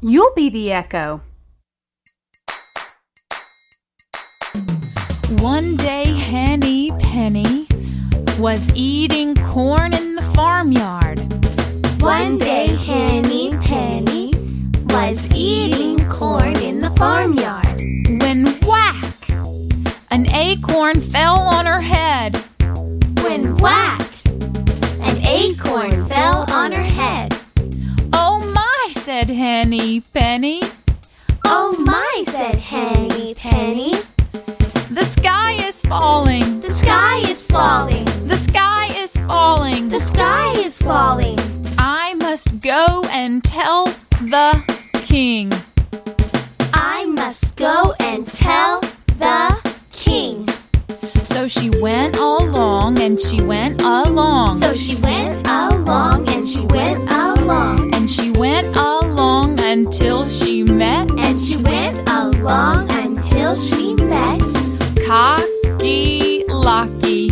You'll be the echo. One day, Henny Penny was eating corn in the farmyard. One day, Henny Penny was eating corn in the farmyard. When whack! An acorn fell on her head. When whack, an acorn fell on her head. Oh my, said Henny Penny. Oh my, said Henny Penny. The sky is falling. The sky is falling. The sky is falling. The sky is falling. I must go and tell the king. I must go and tell the king. So she went along and she went along. So she went along and she went along. and she went along until she met And she went along until she met Cocky Locky.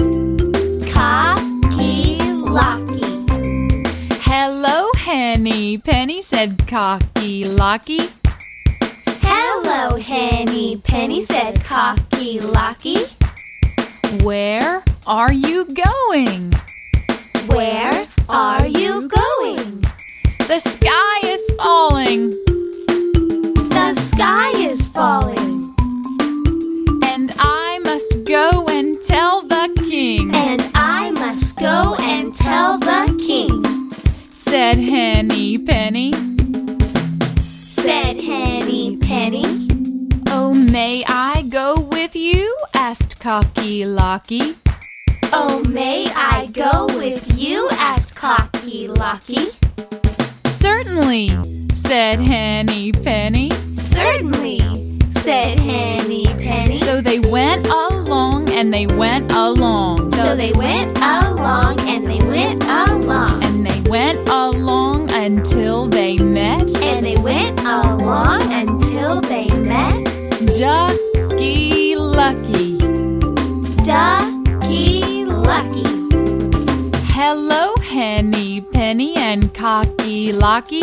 Cocky Locky. Hello, Henny Penny, said Cocky Locky. Hello, Henny Penny, said Cocky Locky. Where are you going? Where are you going? The sky is falling The sky is falling. and I must go and tell the king, And I must go and tell the king, said Henny Penny. said Henny Penny. Oh, may I go with you? asked Cocky Locky. Oh, may I go with you? asked Cocky Locky. Certainly, said Henny Penny. Certainly, said Henny Penny. So they went along and they went along. So they went along and they went along. and they went along until they met And they went along until they met Ducky Lucky. Ducky Lucky. Hello, Henny Penny and Cocky Locky.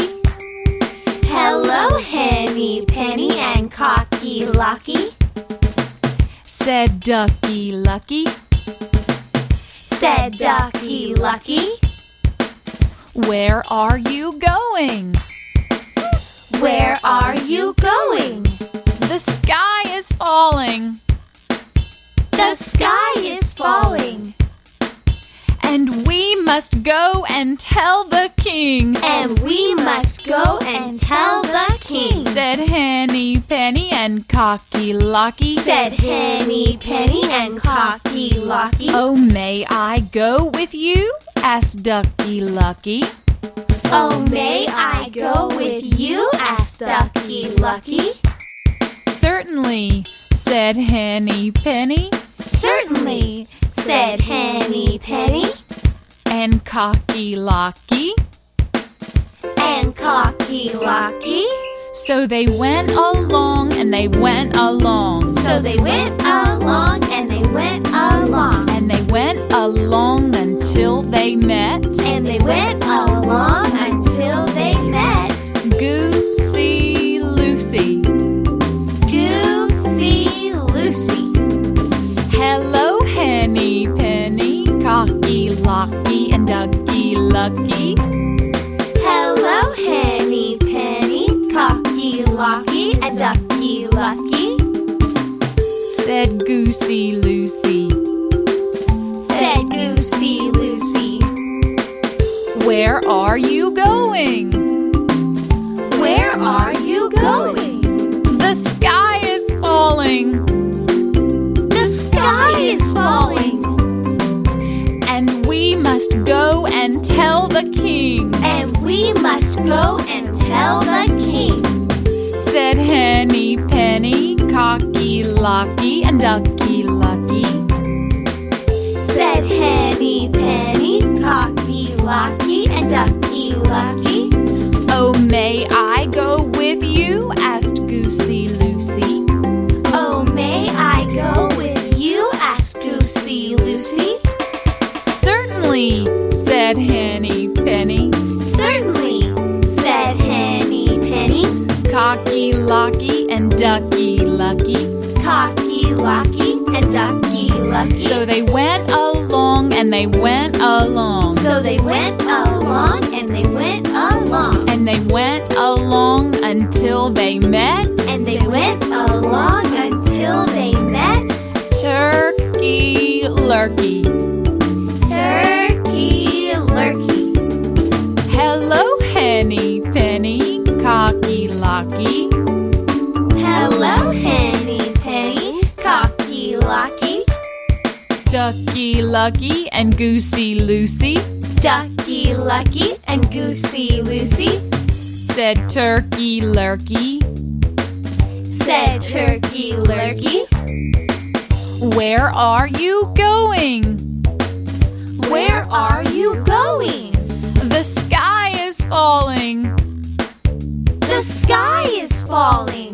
Hello, Henny Penny and Cocky Locky. Said Ducky Lucky. Said Ducky Lucky. Where are you going? Where are you going? The sky is falling. The sky is falling. And we must go and tell the king, And we must go and tell the king. said Henny Penny and Cocky Locky. Said Henny Penny and Cocky Locky. Oh, may I go with you? asked Ducky Lucky. Oh, may I go with you? asked Ducky Lucky. Certainly, said Henny Penny, Certainly, said Henny Penny. and Cocky Locky. And Cocky Locky. So they went along and they went along. So they went along and they went along. And they went along until they met And they went along until they met Goosey Lucy. Goosey Lucy. Hello, Henny Penny, Cocky Locky, and Ducky Lucky. Hello, Henny Penny. Cocky Locky, a Ducky Lucky. Said Goosey Lucy. Said Goosey Lucy. Where are you going? Where are you going? The sky is falling, The sky is falling. and we must go and tell the king, And we must go and tell the king, said Henny Penny, Cocky Locky, and Ducky Lucky. said Henny Penny, Cocky Locky, and Ducky Lucky. Oh, may I go with you? asked Goosey Lucy. Oh, may I go with you? asked Goosey Lucy. Certainly, said Henny Penny. Certainly, said Henny Penny. Cocky Locky and Ducky Lucky. Cocky Locky and Ducky Lucky. So they went along and they went along. So they went along and they went along. And they went along until they met And they went along until they met Turkey Lurkey. Turkey Lurkey. Hello, Henny Penny, Cocky Locky. Hello, Henny Penny, Cocky Locky, Ducky Lucky and Goosey Lucy, Ducky Lucky, and Goosey Lucy, said Turkey Lurkey. said Turkey Lurkey. Where are you going? Where are you going? The sky is falling, The sky is falling,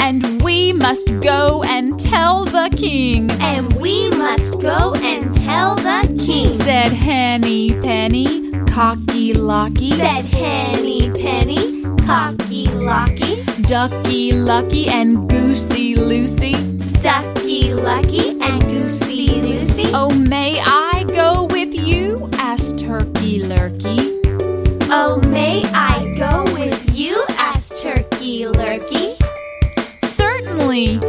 and we must go and tell the king, and we must go and tell the king, said Henny Penny, Cocky Locky, said Henny Penny, Cocky Locky, Ducky Lucky, and Goosey Lucy. Ducky Lucky, and Goosey Lucy. Oh, may I go with you? asked Turkey Lurkey. Oh, may I go with you? asked Turkey Lurkey. Certainly,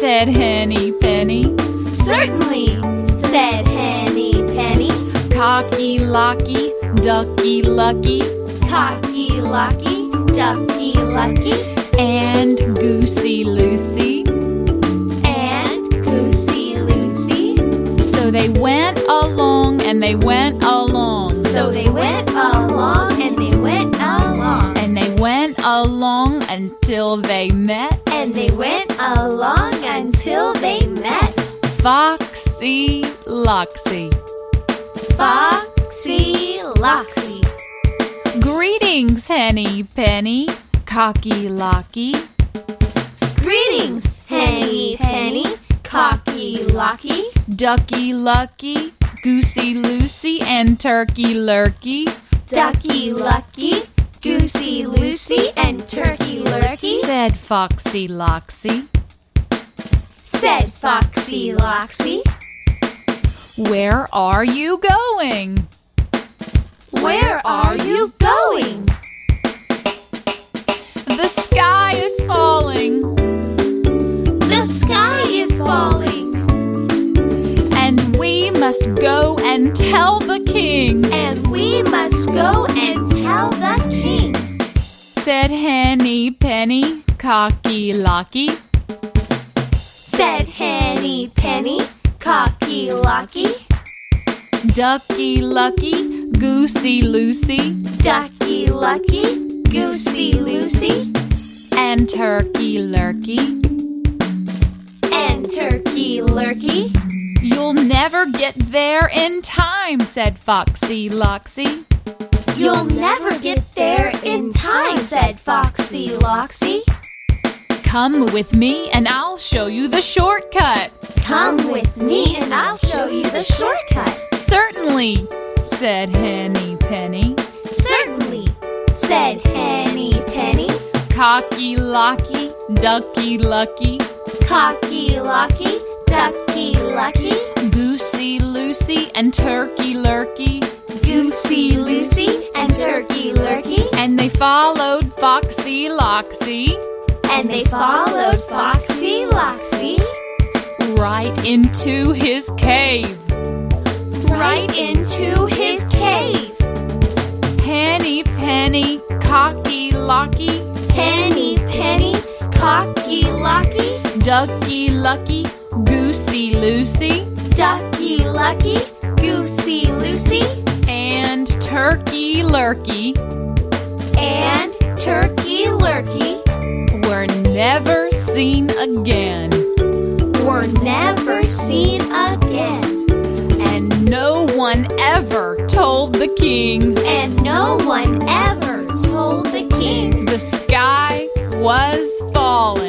said Henny Penny. Certainly, said Henny Penny. Cocky Locky, Ducky Lucky, Cocky Locky, Ducky Lucky, and Goosey Lucy. and Goosey Lucy. So they went along and they went along. So they went along and they went along. And they went along until they met And they went along until they met Foxy Loxy. Foxy Loxy. Greetings, Henny Penny, Cocky Locky. Greetings, Henny Penny, Cocky Locky, Ducky Lucky, Goosey Lucy, and Turkey Lurkey Ducky Lucky, Goosey Lucy, and Turkey Lurkey. said Foxy Loxy. said Foxy Loxy. Where are you going? Where are you going? The sky is falling, The sky is falling, and we must go and tell the king, and we must go and tell the king, said Henny Penny, Cocky Locky. said Henny Penny, Cocky Locky, Ducky Lucky, Goosey Lucy, Ducky Lucky, Goosey Lucy, and Turkey Lurkey. and Turkey Lurkey. You'll never get there in time, said Foxy Loxy. You'll never get there in time, said Foxy Loxy. Come with me and I'll show you the shortcut. Come with me and I'll show you the shortcut. Certainly, said Henny Penny. Certainly, said Henny Penny. Cocky Locky, Ducky Lucky, Cocky Locky, Ducky Lucky, Goosey Lucy, and Turkey Lurkey. Goosey Lucy, and Turkey Lurkey, And they followed Foxy Loxy and they followed Foxy Loxy right into his cave. right into his cave. Henny Penny, Cocky Locky, Henny Penny, Cocky Locky, Ducky Lucky, Goosey Lucy, Ducky Lucky, Goosey Lucy, and Turkey Lurkey and Turkey Lurkey were never seen again. were never seen again. And no one ever told the king And no one ever told the king the sky was falling.